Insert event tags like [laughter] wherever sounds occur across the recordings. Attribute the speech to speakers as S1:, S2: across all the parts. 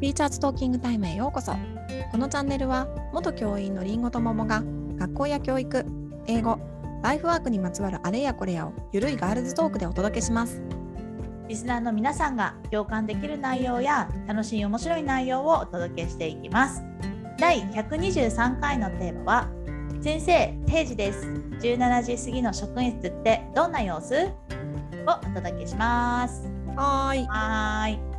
S1: ティーチャーズトーキングタイムへようこそこのチャンネルは元教員のりんごと桃が学校や教育英語ライフワークにまつわるあれやこれやをゆるいガールズトークでお届けします
S2: リスナーの皆さんが共感できる内容や楽しい面白い内容をお届けしていきます第123回のテーマは先生定時です17時過ぎの職員室ってどんな様子をお届けします
S1: はーい
S2: はーい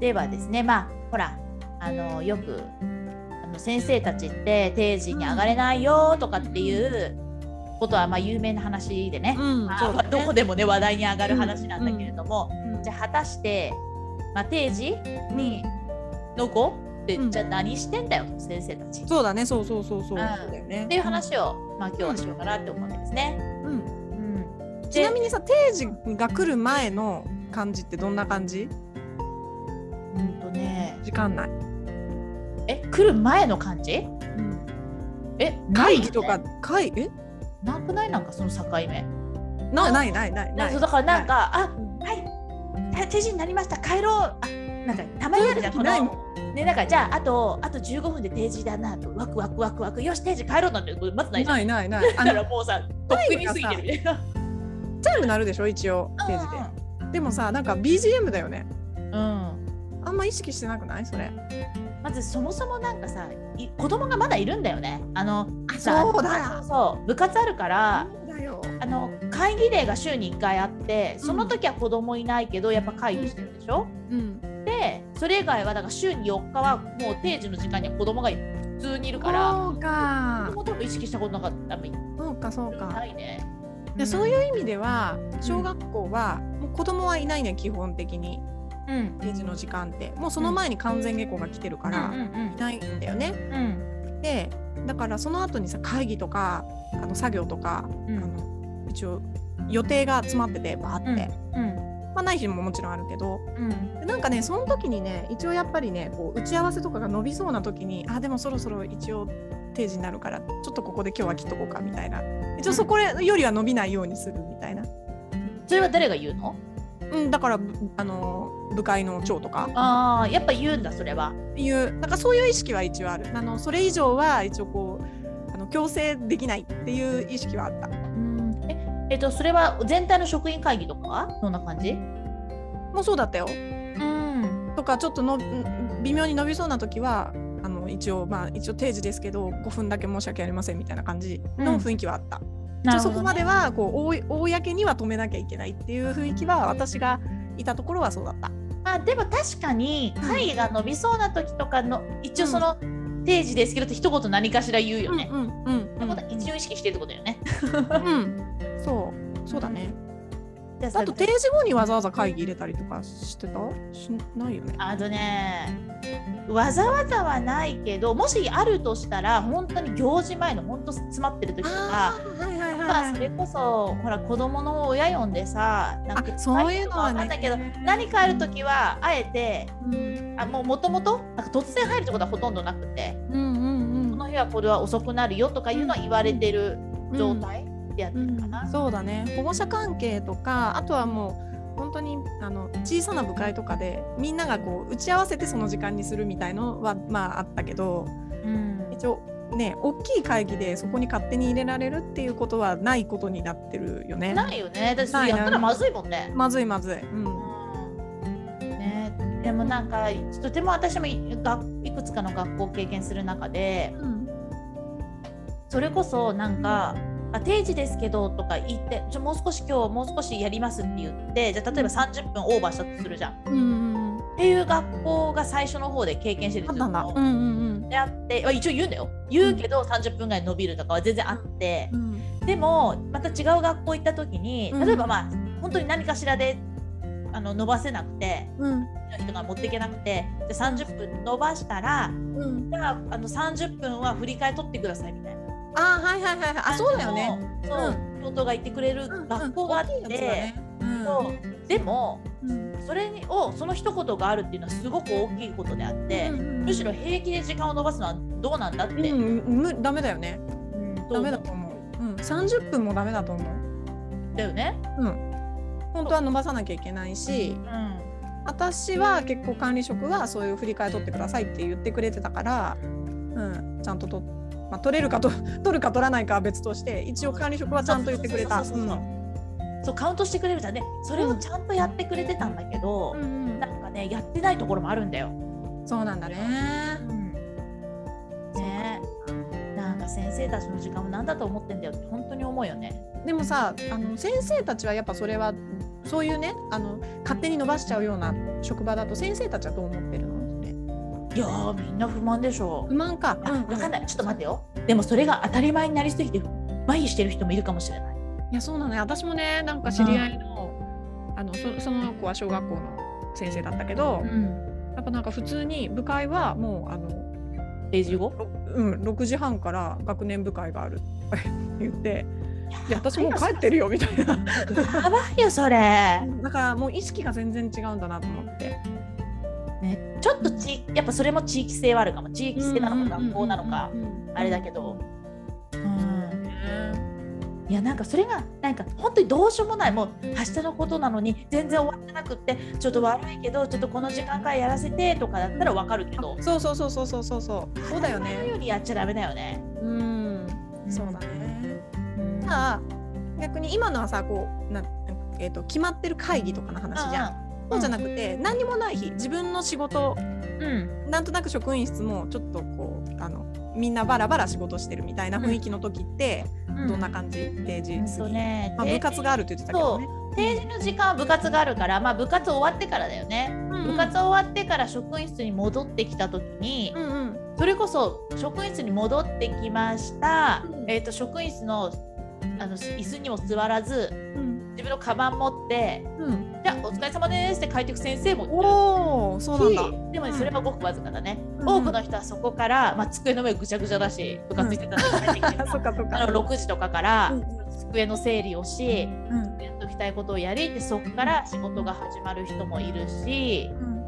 S2: ではですねまあほらあのよくあの先生たちって定時に上がれないよとかっていうことはまあ有名な話でね、
S1: ん
S2: まあ
S1: そうだね
S2: どこでもね話題に上がる話なんだけれども、じゃあ果たして、まあ、定時にどこって、
S1: うん
S2: じゃあ何してんだよ先生たちっ
S1: そうだねそうそうそうそうそうだよね
S2: ていう話を、まあ、今日はしようかなって思うんですね。
S1: うん
S2: うん
S1: ちなみにさ定時が来る前の感じってどんな感じ
S2: うんとね
S1: 時間内
S2: え来る前の感じえ
S1: 会
S2: ない
S1: 議とか会え
S2: なくないなんかその境目。
S1: なないないないな
S2: ないそうだからなんか、
S1: うん
S2: あはいた手順になりました帰ろうあなんかたまにあるじゃん
S1: そ
S2: こ
S1: ういう時ない
S2: のねなんかじゃああとあと15分で定時だなとワクワクワクワクよし定時帰ろうなんてまずないじゃん
S1: ないないないあ
S2: だか
S1: の
S2: らもうさとっくに過ぎてるみたいな
S1: チャイム鳴るでしょ一応定時ででもさなんか BGM だよね
S2: うんうん
S1: あんま意識してなくないそれ
S2: まずそもそもなんかさい子供がまだいるんだよねあの
S1: あ
S2: さ
S1: そうだ
S2: そうそう部活あるから
S1: だよ
S2: あの会議例が週に1回あってその時は子供いないけどやっぱ会議してるでしょ、
S1: うん
S2: でそれ以外はだから週に4日はもう定時の時間には子供が普通にいるから
S1: そうか
S2: 子供多分意識したことなかった多分
S1: そうかそうか
S2: ないね
S1: でそう
S2: う
S1: いう意味では小学校はもう子供はいないね基本的に
S2: んうん
S1: 定時の時間ってもうその前に完全下校が来てるか
S2: う
S1: らい
S2: ん
S1: ないんだよね
S2: うん
S1: でだからその後にさ会議とかあの作業とか
S2: う
S1: あ
S2: ん
S1: の一応予定が詰まっててバーって、
S2: うん
S1: まあ、ない日ももちろんあるけど
S2: うん
S1: でなんかねその時にね一応やっぱりねこう打ち合わせとかが伸びそうな時にあでもそろそろ一応定時になるからちょっとここで今日は切っとこうかみたいな一応そこよりは伸びないようにするみたいな、
S2: それは誰が言うの
S1: うん、だからぶあの部会の長とか
S2: ああやっぱ言うんだそれは
S1: っていうなんかそういう意識は一応あるあのそれ以上は一応こうあの強制できないっていう意識はあった
S2: うんええっとそれは全体の職員会議とかはどんな感じ
S1: もうそうだったよ
S2: うん
S1: とかちょっとのん微妙に伸びそうな時はあの一応まあ一応定時ですけど5分だけ申し訳ありませんみたいな感じの雰囲気はあった、
S2: なる
S1: そ
S2: ほ
S1: こ
S2: どね
S1: まではこうおお公には止めなきゃいけないっていう雰囲気は私がいたところはそうだった。
S2: まあでも確かに
S1: うん
S2: 会議が伸びそうな時とかの一応その定時ですけどって一言何かしら言うよね。
S1: うんうん
S2: ってことは一応意識してるってことだよね。
S1: うんそうそうだね。
S2: じゃ
S1: あと定時後にわざわざ会議入れたりとかしてたしないよね。
S2: あとねわざわざはないけどもしあるとしたら本当に行事前の本当詰まってる時とか。
S1: あはいはい
S2: まあ、そ
S1: い。
S2: れこそほら子供の親呼んでさなんか
S1: あそういうのはね
S2: わかんないけど何かある時はあえて
S1: うん
S2: あもうもともと突然入るってことはほとんどなくて
S1: うん
S2: この日はこれは遅くなるよとかいうのは言われてる
S1: うん
S2: 状態でやって
S1: う
S2: る
S1: ん
S2: かな。
S1: そうだね。保護者関係とかあとはもう。本当にあの小さな部会とかでみんながこう打ち合わせてその時間にするみたいのはまああったけど、
S2: うん
S1: 一応ね大きい会議でそこに勝手に入れられるっていうことはないことになってるよね。
S2: ないよね。だってそ
S1: な
S2: れ
S1: い
S2: や
S1: な
S2: ったらまずいもんね。
S1: まずいまずい。うん
S2: ねでもなんかとても私もいがいくつかの学校を経験する中でそれこそなんか「あ定時ですけど」とか言ってちょ「もう少し今日もう少しやります」って言ってじゃあ例えば30分オーバーしたとするじゃん。っ
S1: うん、
S2: ていう学校が最初の方で経験してる
S1: あったんだ。
S2: ずっと
S1: んうん
S2: であってあ一応言うんだよ言うけど30分ぐらい伸びるとかは全然あって、
S1: ん。
S2: でもまた違う学校行った時に
S1: うん
S2: 例えばまあ、本当に何かしらであの伸ばせなくて
S1: うん
S2: 人が持っていけなくてで30分伸ばしたら
S1: うん。
S2: じゃああの30分は振り替え取ってくださいみたいな
S1: あはいはいはいはい。あそうだよね。
S2: そう、教頭が言ってくれる学校があって、
S1: うんうん大きいやつだね
S2: そうでも
S1: うん
S2: それをその一言があるっていうのはすごく大きいことであって、
S1: うん
S2: むしろ平気で時間を伸ばすのはどうなんだって、
S1: うんむダメだよね。
S2: うん
S1: ダメだと思う。うん三十分もダメだと思う。
S2: だよね。
S1: 本当は伸ばさなきゃいけないし
S2: う、ん
S1: 私は結構管理職はそういう振り替え取ってくださいって言ってくれてたから、うん、ちゃんとと、まあ、取れるかと [laughs] 取るか取らないかは別として一応管理職はちゃんと言ってくれた。
S2: そうそうそうそうそうカウントしてくれるじゃんでそれをちゃんとやってくれてたんだけ
S1: う
S2: ど、
S1: ん
S2: なんかねやってないところもあるんだよ。
S1: そうなんだね。
S2: ねなんか先生たちの時間を何だと思ってんだよって本当に思うよね。
S1: でもさあの先生たちはやっぱそれはそういうねあの勝手に伸ばしちゃうような職場だと先生たちはどう思ってるのって
S2: いやーみんな不満でしょ
S1: 不。満か、
S2: あわか
S1: い
S2: んないちょっと待ってよ。でもそれが当たり前になりすぎて麻痺してる人もいるかもしれない。
S1: いやそうなのよ私もねなんか知り合いの,、あのそその子は小学校の先生だったけど、
S2: ん、
S1: やっぱなんか普通に部会はもうあの
S2: 0時後
S1: ろうん、6時半から学年部会がある [laughs] とか言って「いや私もう帰ってるよ」みたいな
S2: やばいよそれ。
S1: [laughs] だからもう意識が全然違うんだなと思って
S2: ね、ちょっとちやっぱそれも地域性はあるかも地域性なのか学校なのかあれだけど、うん、いやなんかそれがなんか本当にどうしようもないもう明日のことなのに全然終わってなくってちょっと悪いけどちょっとこの時間からやらせてとかだったらわかるけど
S1: そうそうそうそうそうそうそうそうだよ
S2: それ
S1: ね
S2: よりやっちゃダメだよね。
S1: うんそうだねじゃあ逆に今のはさこうな、えー、と決まってる会議とかの話じゃん、
S2: ん。
S1: そうじゃなくて何にもない日自分の仕事
S2: うん。
S1: なんとなく職員室もちょっとこうあのみんなバラバラ仕事してるみたいな雰囲気の時って、どんな感じ定時
S2: うん
S1: 過
S2: と
S1: ぎ、
S2: ね、
S1: まあ、部活があるって言ってたけどね。
S2: 定時の時間は部活があるから、まあ、部活終わってからだよね、部活終わってから職員室に戻ってきた時に、
S1: うんうん
S2: それこそ職員室に戻ってきました、
S1: うん
S2: えー、と職員室のあの椅子にも座らず
S1: うん
S2: 自分のカバン持って
S1: うん、
S2: 「じゃあお疲れ様です」って帰っていく先生もいる
S1: おおそうなんだ。
S2: でもね
S1: うん
S2: それはごくわずかだね、
S1: うん
S2: 多くの人はそこから、まあ、机の上ぐちゃぐちゃだし部活行ってたのに帰ってきて
S1: あそっかそっ [laughs]
S2: あ
S1: か。
S2: の6時とかから、
S1: うん
S2: 机の整理をし
S1: うん
S2: やっときたいことをやりってそこから仕事が始まる人もいるし
S1: うん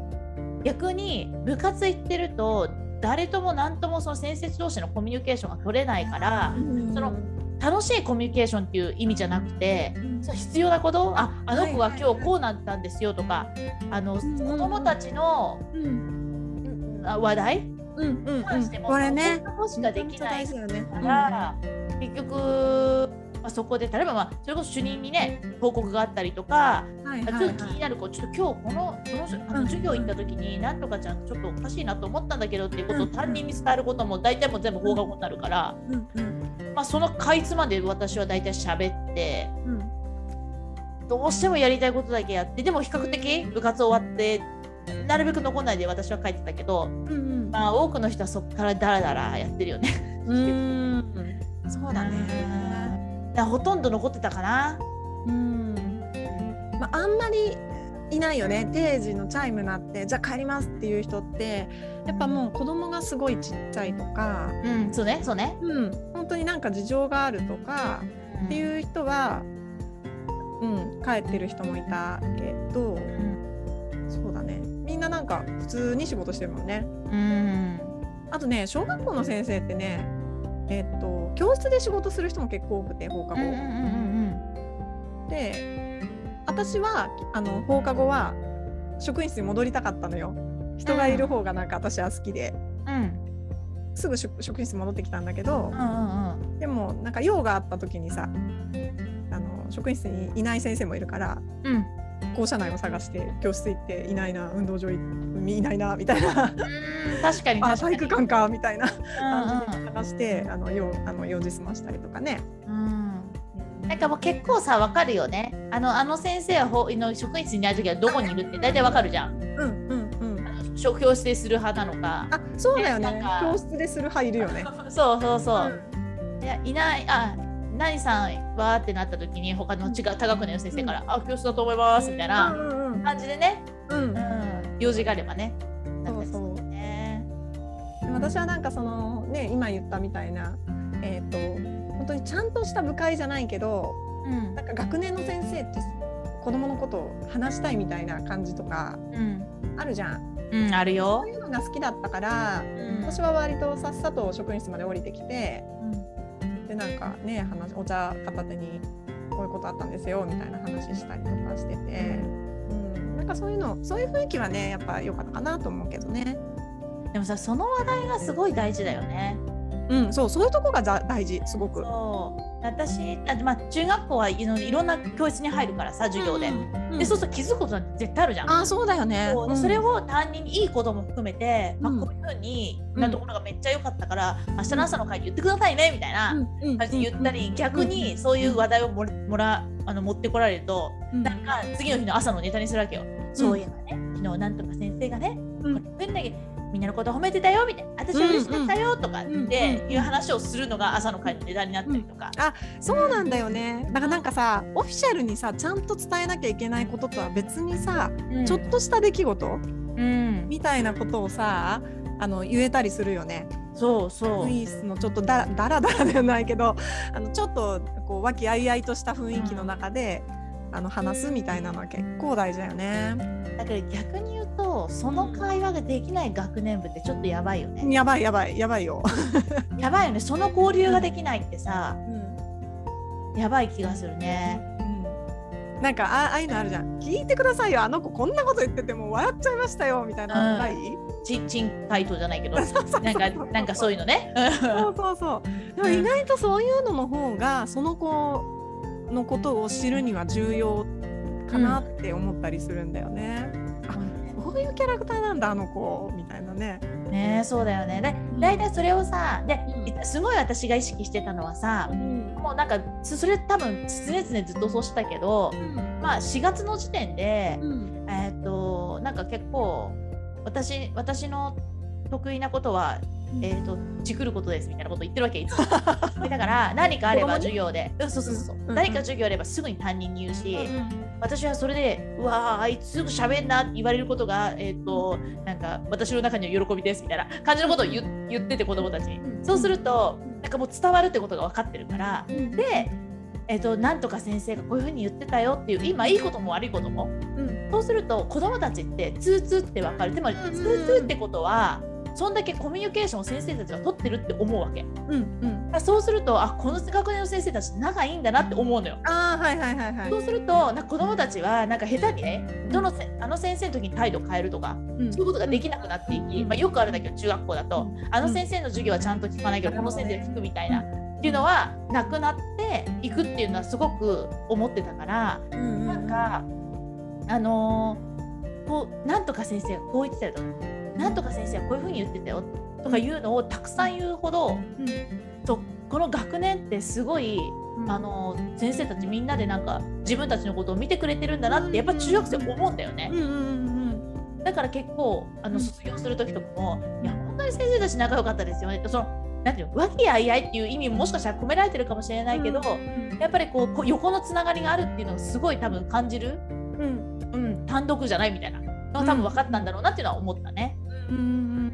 S2: 逆に部活行ってると誰とも何ともその先生同士のコミュニケーションが取れないからその楽しいコミュニケーションっていう意味じゃなくて
S1: うん
S2: その必要なことああの子
S1: はいは
S2: は
S1: いはい
S2: 今日こうなったんですよとかあの子
S1: んうん
S2: 供たちの
S1: うん
S2: あ話題に
S1: うんうん
S2: 関しても
S1: これね。
S2: そこしかできな
S1: 大
S2: い
S1: 事だよね。
S2: から結局。まあ、そこで例えば、まあ、それこそ主任にね報告があったりとか、
S1: うんはい
S2: あ
S1: は
S2: ち
S1: い
S2: ょ
S1: は
S2: っと気に
S1: い。
S2: なる子ちょっと今日このこのあ
S1: う
S2: の
S1: ん
S2: 授業行った時になんとかちゃんちょっとおかしいなと思ったんだけどっていうこと
S1: う
S2: を
S1: ん
S2: 担任に伝えることも大体もう全部放課後になるから、
S1: うんうん
S2: まあ、そのかいつまんで私は大体喋って
S1: うん
S2: どうしてもやりたいことだけやってでも比較的部活終わってなるべく残んないで私は帰ってたけど、
S1: うん
S2: まあ、多くの人はそこからダラダラやってるよね。
S1: うん。うんそうだね。
S2: ねだからほとんど残ってたかな。
S1: うん。まああんまりいないよね。定時のチャイム鳴ってじゃあ帰りますっていう人ってやっぱもう子供がすごいちっちゃいとか。
S2: うん、そうね、そうね。
S1: うん、本当になんか事情があるとかって
S2: う
S1: いう人は、うん、帰ってる人もいたけど
S2: ん。
S1: そうだねみんななんか普通に仕事してるもんね
S2: うん。
S1: あとね小学校の先生ってねえっと教室で仕事する人も結構多くて放課
S2: うん。うん。う
S1: 後、
S2: ん。うん。
S1: で私はあの放課後は職員室に戻りたかったのよ人がいる方がなんか私は好きで、
S2: うん。
S1: すぐ職職員室に戻ってきたんだけど、
S2: うん。うん。うん。
S1: でもなんか用があった時にさあの職員室にいない先生もいるから
S2: うん。
S1: 校舎内を探して教室行っていないな運動場行っていないなみたいな
S2: [laughs] うん確かに
S1: あ
S2: 確か
S1: 体
S2: に
S1: 育館かみたいな感じで
S2: う
S1: 探してあの用あの用事済ましたりとかね。
S2: んうんうんなんかもう結構さわかるよねあのあの先生はほの職員室にいない時はどこにいるって大体わかるじゃん
S1: うんうんうん、
S2: 職業指定する派なのか
S1: あそうだよね
S2: ねなんか
S1: 教室でする派いるよね。
S2: そうそうそう、
S1: う
S2: いやいないあ何さんはってなった時に他の違う多学年の先生から「あ教室だと思います」みたいなん
S1: うん
S2: 感じでね、
S1: うんうん
S2: うん、用事があればね
S1: そうそう
S2: うね
S1: で私はなんかそのね今言ったみたいなえっ、と本当にちゃんとした部会じゃないけど
S2: うん
S1: なんか学年の先生と子供のことを話したいみたいな感じとか
S2: うん
S1: あるじゃん。
S2: うんあるよ
S1: そう、いうのが好きだったから
S2: うん
S1: 私は割とさっさと職員室まで降りてきて
S2: うん
S1: でなんかね話お茶片手にこういうことあったんですよみたいな話したりとかしてて、うん、なんかかそういうのそういう雰囲気はねやっぱ良かったかなと思うけどね
S2: でもさその話題がすごい大事だよね。
S1: うんそうそういうとこがざ大事すごく
S2: そう私あ、まあ、中学校はいろいろんな教室に入るからさ授業で。
S1: うん
S2: でそうすると気づくことなんて絶対あるじゃん。
S1: あーそうだよね
S2: そう
S1: うん
S2: それを担任にいいことも含めて、
S1: うん
S2: まあ、こういうふうになところがめっちゃ良かったから、明日の朝の会で言ってくださいねみたいな
S1: うんうん
S2: 感じで言ったり、逆にそういう話題をもらもらあの持ってこられると、
S1: うん
S2: なんか次の日の朝のネタにするわけよ。そういえばね昨日なんとか先生がね、
S1: うん
S2: これだけみんなのこと褒めてたよみたいな私は嬉しかったよとかっ
S1: うん
S2: ていう話をするのが朝の会のネタになったりとか。
S1: そうなんだよねだからなんかさオフィシャルにさちゃんと伝えなきゃいけないこととは別にさちょっとした出来事
S2: うん、
S1: みたいなことをさあの言えたりするよね。
S2: そうそう
S1: ルイスのちょっとだだらだらではないけどあのちょっとこう和気あいあいとした雰囲気の中で、あの話すみたいなのは結構大事だよね。
S2: だから逆に言うとその会話ができない学年部ってちょっとやばいよね。
S1: やばいやばいやばいよ。
S2: やばいよねその交流ができないってさ
S1: うん
S2: やばい気がするね。
S1: うんなんかあああいうのあるじゃん聞いてくださいよあの子こんなこと言っててもう笑っちゃいましたよみたいなのない、
S2: ちんちん回答じゃないけど
S1: [laughs] そうそうそう
S2: なんかなんかそういうのね。
S1: そうそうそう。でも
S2: うん
S1: 意外とそういうのの方がその子のことを知るには重要かなって思ったりするんだよね。こういうキャラクターなんだあの子みたいなね。
S2: ねそうだよね。で
S1: ん
S2: 大体それをさ
S1: う
S2: ですごい私が意識してたのはさもうなんかそそれ多分常々ずっとそうしてたけどまあ4月の時点でえーっとなんか結構私私の得意なことはえー、とチクることですみたいなこと言ってるわけ
S1: [laughs]
S2: いつもだから何かあれ
S1: 子
S2: ば
S1: 供に
S2: 授業でうんそうそうそう、
S1: うんうん
S2: 何か授業あればすぐに担任に言うし、私はそれでうわーあいつすぐ喋んなって言われることがえっ、となんか私の中には喜びですみたいな感じのことを言言ってて子供たちに
S1: うん
S2: そうするとなんかもう伝わるってことが分かってるからでえっ、となんとか先生がこういうふうに言ってたよっていう今いいことも悪いこともそうすると子どもたちって通通って分かるでも通
S1: んうん
S2: 通ってことはそんだけコミュニケーションを先生たちが取ってるって思うわけだか
S1: うんうん。
S2: らそうするとあこの学年の先生たち仲いいんだなって思うのよ。
S1: ああはいはいはいはい
S2: そう。するとなんか子どもたちはなんか下手にねどのせあの先生の時に態度変えるとか
S1: うん
S2: そういうことができなくなっていき、
S1: うん
S2: まあ、よくあるんだけど中学校だとあの先生の授業はちゃんと聞かないけどこの先生は聞くみたいなっていうのはなくなっていくっていうのはすごく思ってたから。
S1: うん
S2: なんか、あのーこうなんとか先生がこう言ってたよとかなんとか先生はこういうふうに言ってたよとかいうのをたくさん言うほど、
S1: うん
S2: そうこの学年ってすごい、
S1: うん
S2: あのー先生たちみんなでなんか自分たちのことを見てくれてるんだなってやっぱ中学生思うんだよね
S1: うん。うんうん
S2: だから結構あ
S1: うん
S2: の卒業する時とかも「いや本当に先生たち仲良かったですよね」ってその。なんていうの和気あいあいっていう意味ももしかしたら込められてるかもしれないけど、
S1: うん
S2: やっぱりこうこう横のつながりがあるっていうのをすごい多分感じる
S1: うん
S2: うん、単独じゃないみたいなのが多分分かったんだろうなっていうのは思ったね。
S1: うんうん。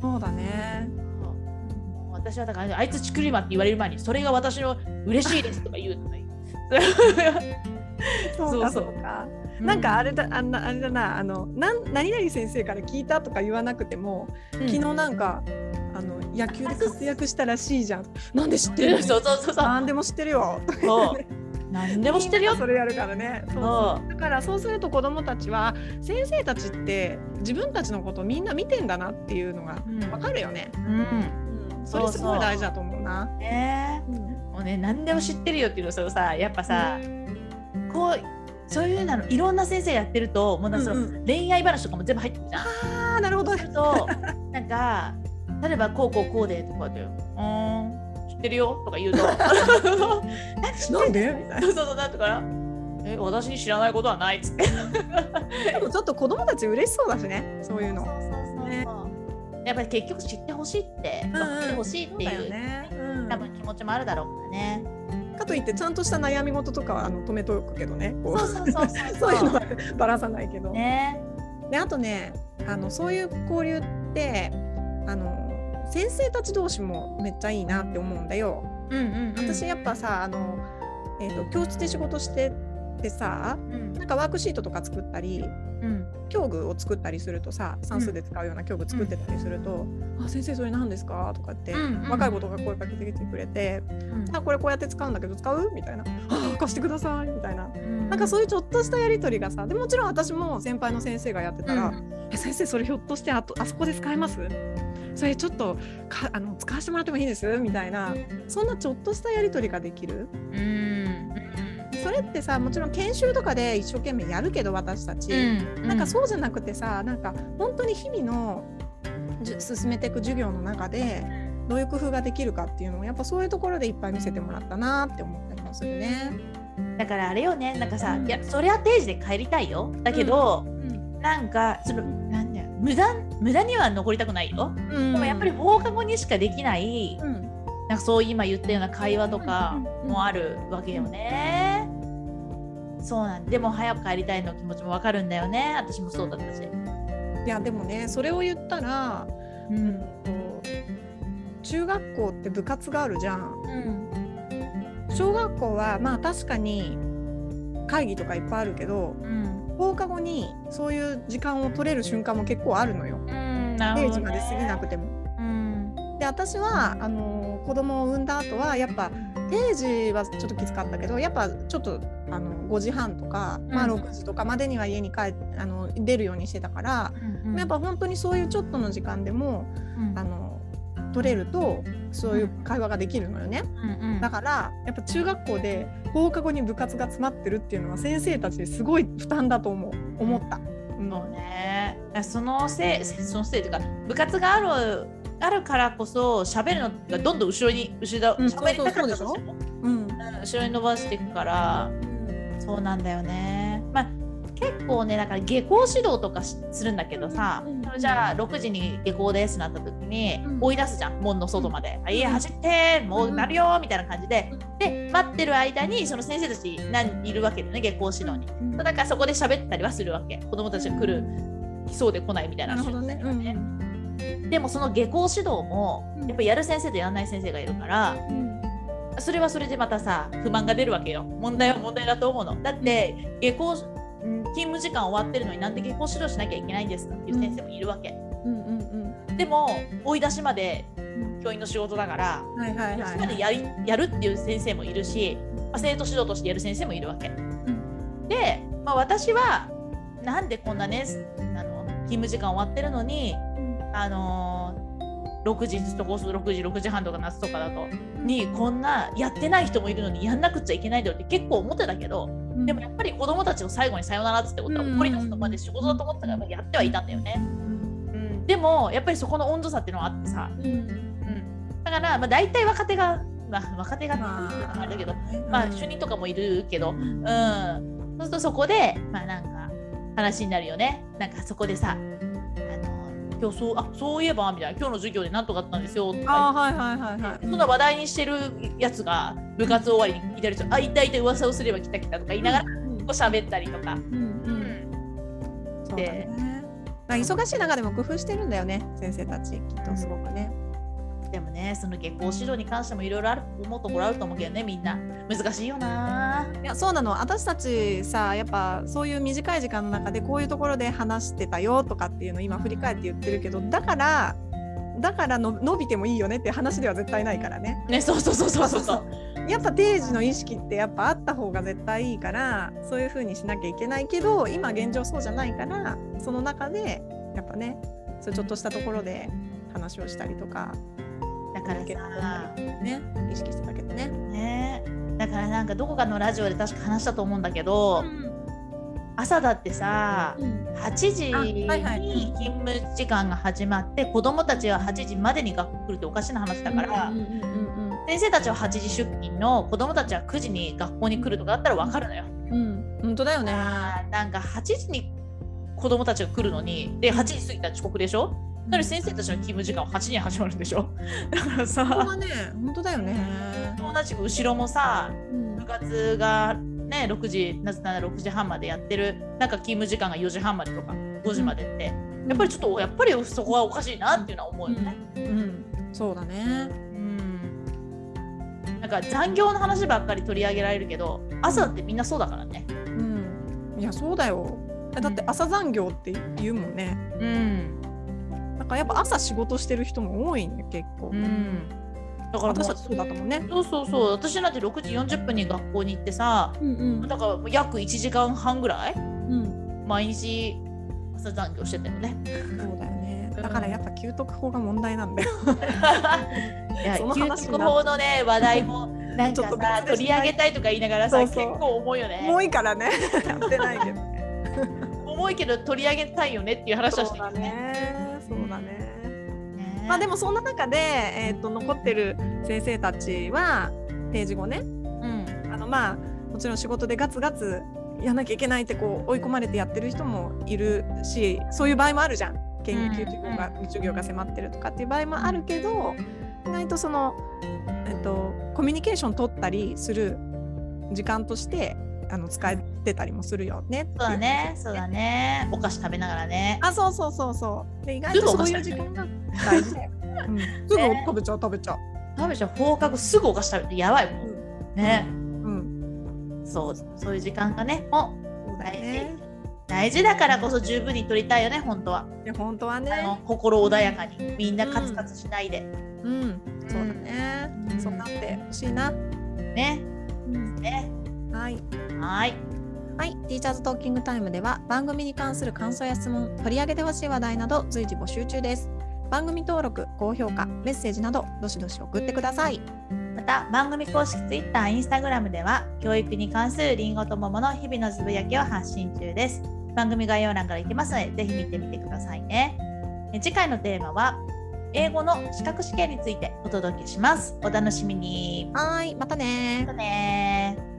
S1: そうだね。
S2: そうもう私はだからあいつチクリマって言われる前にそれが私の嬉しいですとか言うとか言う
S1: そうかそうか。なんかあれだあんなあれだなあのなん何々先生から聞いたとか言わなくても、
S2: 昨
S1: 昨日なんかあの野球で活躍したらしいじゃん。なんで知ってる？
S2: そうそうそうそう
S1: なんでも知ってるよ。
S2: そう何でも知ってるよ
S1: それやるからね。そう
S2: そ
S1: だからそうすると子どもたちは先生たちって自分たちのことみんな見てんだなっていうのが
S2: う、うん
S1: わかるよね。
S2: うん
S1: それすごい大事だと思うな。
S2: ねえ
S1: うん
S2: もうね何でも知ってるよっていうのそのさやっぱさこうそういうなのいろんな先生やってるともうなんかそ
S1: うん
S2: の恋愛話とかも全部入ってくるじゃん。
S1: ああなるほど。
S2: するとなんか例えばこうこうこうでとかで「うーん知ってるよ」とか言う
S1: [laughs]
S2: と「
S1: なんで？みたいな。
S2: そうそうそうなんとかなえ私に知らないことはない」っつって
S1: でもちょっと子どもたち嬉しそうだしね。そういうの。
S2: そうそうそうそうやっぱり結局知ってほしいって分かってほしいっていう,、
S1: そうだよね。うん
S2: 多分気持ちもあるだろうからね。
S1: かといってちゃんとした悩み事とかはあの止めとくけどねこ
S2: そう
S1: う
S2: そうそうそう
S1: そういうのはばらさないけど、
S2: ね
S1: であとねあのそういう交流ってあの先生たち同士もめっちゃいいなって思うんだよ。
S2: うんうんうん
S1: 私やっぱさあの、えー、と教室で仕事してってさ
S2: うん
S1: なんかワークシートとか作ったり
S2: うん
S1: 教具を作ったりするとさ算数で使うような教具作ってたりすると「あ先生それ何ですか?」とかって、
S2: うん
S1: 若い子とか声かけてきてくれて「あこれこうやって使うんだけど使う?」みたいな「あ貸してください」みたいな。
S2: うん
S1: なんかそういうちょっとしたやり取りがさでもちろん私も先輩の先生がやってたら
S2: うん
S1: 「え先生それひょっとしてあとあそこで使えますそれちょっとかあの使わせてもらってもいいです?」みたいなそんなちょっとしたやり取りができる
S2: うんうん
S1: それってさもちろん研修とかで一生懸命やるけど私たち、
S2: うん
S1: なんかそうじゃなくてさなんか本当に日々のじゅ進めていく授業の中でどういう工夫ができるかっていうのをやっぱそういうところでいっぱい見せてもらったなって思ったりもするね。
S2: だからあれよねなんかさ、
S1: うん
S2: いやそれは定時で帰りたいよだけど、なんかそのなんだよ無駄無駄には残りたくないよ、
S1: うん
S2: でもやっぱり放課後にしかできない
S1: うん
S2: なんかそう今言ったような会話とか
S1: うんうんうん
S2: もあるわけよね、そうなんでも早く帰りたいの気持ちもわかるんだよね私もそうだったし、
S1: いやでもねそれを言ったら、
S2: う
S1: うん、と中学校って部活があるじゃん。
S2: うん
S1: 小学校はまあ確かに会議とかいっぱいあるけど
S2: うん
S1: 放課後にそういう時間を取れる瞬間も結構あるのよ。
S2: うんなる
S1: 定
S2: ほど、
S1: 時まで
S2: ね、
S1: 過ぎなくても。
S2: うん
S1: で私はあの子供を産んだ後はやっぱ定時はちょっときつかったけどやっぱちょっとあの5時半とか、まあ、
S2: うん
S1: 6時とかまでには家に帰っあの出るようにしてたから、やっぱ本当にそういうちょっとの時間でも
S2: うん
S1: あの取れるとそういう会話ができるのよね
S2: うんうん
S1: だからやっぱ中学校で放課後に部活が詰まってるっていうのは先生たちすごい負担だと思う思った。うん
S2: そうね。だからそのせい、そのせいというか、部活がある、あるからこそ、喋るのがどんどん後ろに、後ろ、
S1: うん
S2: 喋りたかったとして
S1: そうそうそう
S2: も
S1: うん
S2: うん後ろに伸ばしていくから、そうなんだよね。まあ、結構ね、だから下校指導とかしするんだけどさ
S1: うんうん、
S2: それじゃあ6時に下校ですなった時に
S1: うん、
S2: 追い出すじゃん、門の外まで。あいや、
S1: うん
S2: 走って、もう
S1: うん
S2: なるよみたいな感じで。で、待ってる間に、その先生たち何いるわけだよね、下校指導に。
S1: うん
S2: だからそこで喋ったりはするわけ子供たちが来る来そうで来ないみたいな
S1: なるほどね。うん
S2: でもその下校指導も
S1: うん
S2: やっぱやる先生とやらない先生がいるから
S1: うん
S2: それはそれでまたさ不満が出るわけよ問題は問題だと思うのだって下校うん勤務時間終わってるのになんで下校指導しなきゃいけないんですかっていう先生もいるわけ、
S1: うんうんうん
S2: でも追い出しまで
S1: ん
S2: 教員の仕事だから
S1: はいはいは
S2: そ
S1: い
S2: こま
S1: は
S2: で
S1: い。
S2: やりやるっていう先生もいるし、まあ、生徒指導としてやる先生もいるわけ。で、まあ、私はなんでこんなねあの勤務時間終わってるのに、あのー6時とこそ6時6時半とか夏とかだとにこんなやってない人もいるのにやんなくちゃいけないんだよって結構思ってたけどでもやっぱり子供たちを最後にさよならっつってことは
S1: うん
S2: 怒り出すのまで仕事だと思ってたからやってはいたんだよね。うん、でもやっぱりそこの温度差っていうのはあってさ、うん、だからまあ大体若手が、まあ、若手がっていうのもあれだけど、まあ、主任とかもいるけど、
S1: ん
S2: うん、そうするとそこで、まあ、なんか話になるよね。なんかそこでさ、あの今日そうあそういえばみたいな今日の授業でなんとかあったんですよと
S1: あ
S2: か
S1: あはいはいはいは
S2: そんな話題にしてるやつが部活終わりにいたりするあいたいた噂をすれば来た来たとか言
S1: い。
S2: いながらこう
S1: ら、
S2: 喋ったりとか。
S1: そうだね。だから忙しい中でも工夫してるんだよね先生たちきっとすごくね。
S2: でもねその下校指導に関してもいろいろある思うところあると思うけどねみんな難しいよない
S1: やそうなの私たちさやっぱそういう短い時間の中でこういうところで話してたよとかっていうのを今振り返って言ってるけどだからだからの伸びてもいいよねって話では絶対ないからね。
S2: ねそうそうそうそうそうそう
S1: やっぱ定時の意識ってやっぱあった方が絶対いいからそういう風にしなきゃいけないけど今現状そうじゃないからその中でやっぱねそういうちょっとしたところで話をしたりとか
S2: だからさ
S1: ね意識してたけどね。
S2: ねだからなんかどこかのラジオで確か話したと思うんだけど、朝だってさ8時
S1: あ
S2: に
S1: はいはいうん
S2: 勤務時間が始まって子供たちは8時までに学校来るっておかしな話だから、
S1: うんうんうん
S2: 先生たちは8時出勤の子供たちは9時に学校に来るとかだったら分かるのよ。
S1: うん、うん、本当だよね。
S2: あーなんか8時に子供たちが来るのにで8時過ぎたら遅刻でしょなのに先生たちの勤務時間は8時に始まるんでしょ [laughs] だから
S1: ここ
S2: さ
S1: はね本当だよね。
S2: 同じく後ろもさ
S1: うん
S2: 部活がね6時なぜなら6時半までやってるなんか勤務時間が4時半までとか5時までってやっぱりちょっとやっぱりそこはおかしいなっていうのは思うよね。
S1: うん、そうだね。
S2: うんなんか残業の話ばっかり取り上げられるけど朝だってみんなそうだからね。
S1: いやそうだよえだって朝残業って言うもんね
S2: うん
S1: なんかやっぱ朝仕事してる人も多いんだよ結構、
S2: うんだからもう
S1: 私たちそうだったもんね
S2: そうそうそう私なんて6時40分に学校に行ってさ
S1: うんうん
S2: だからもう約1時間半ぐらい
S1: うん
S2: 毎日朝残業してたよね。
S1: そうだよねだからやっぱ給特法が問題なんだよ
S2: い [laughs] や
S1: その
S2: 給
S1: 話にな
S2: 食
S1: る
S2: 法のね話題も [laughs] なん
S1: ちょっと別
S2: か
S1: で
S2: さ
S1: しない
S2: 取り上げたいとか言いながらさ
S1: そうそう
S2: 結構重いよね
S1: もういいからねやってないけど
S2: 重いけど取り上げたいよねっていう話はしてるよね。
S1: ねそうだね
S2: ね
S1: まあでもそんな中で、えー、と残ってる先生たちは定時後ね
S2: うん
S1: あのまあもちろん仕事でガツガツやんなきゃいけないってこう追い込まれてやってる人もいるしそういう場合もあるじゃん研究授業が,、授業が迫ってるとかっていう場合もあるけど意外とその、えっとコミュニケーション取ったりする時間としてあの使えてたりもするよねってい
S2: そうだね、そうだね。お菓子食べながらね。
S1: あそうそうそうそうで意外とそういう時間が大事だよ、うん、すぐ
S2: [laughs] ね
S1: 食べちゃう食べちゃう。
S2: 食べちゃう放課後すぐお菓子食べてやばいも。
S1: うん
S2: ね、
S1: うん
S2: そうそういう時間がね、も
S1: そうだ
S2: 大
S1: よ
S2: 事、
S1: ね。
S2: 大事だからこそ十分に取りたいよね、本当は。
S1: いや本当は
S2: あの
S1: ね。
S2: 心穏やかに、みんなカツカツしないで。
S1: うん。そうだね。
S2: うん
S1: そうなってほしいな。
S2: ね、ね、
S1: はい。
S2: はい、
S1: はい。ティーチャーズトーキングタイムでは番組に関する感想や質問、取り上げてほしい話題など随時募集中です。番組登録、高評価、メッセージなどどしどし送ってください。
S2: また番組公式 Twitter、Instagram では教育に関するりんごと桃の日々のつぶやきを発信中です。番組概要欄から行けますので、ぜひ見てみてくださいね。え次回のテーマは英語の資格試験についてお届けします。お楽しみに。
S1: はい。またね
S2: またねー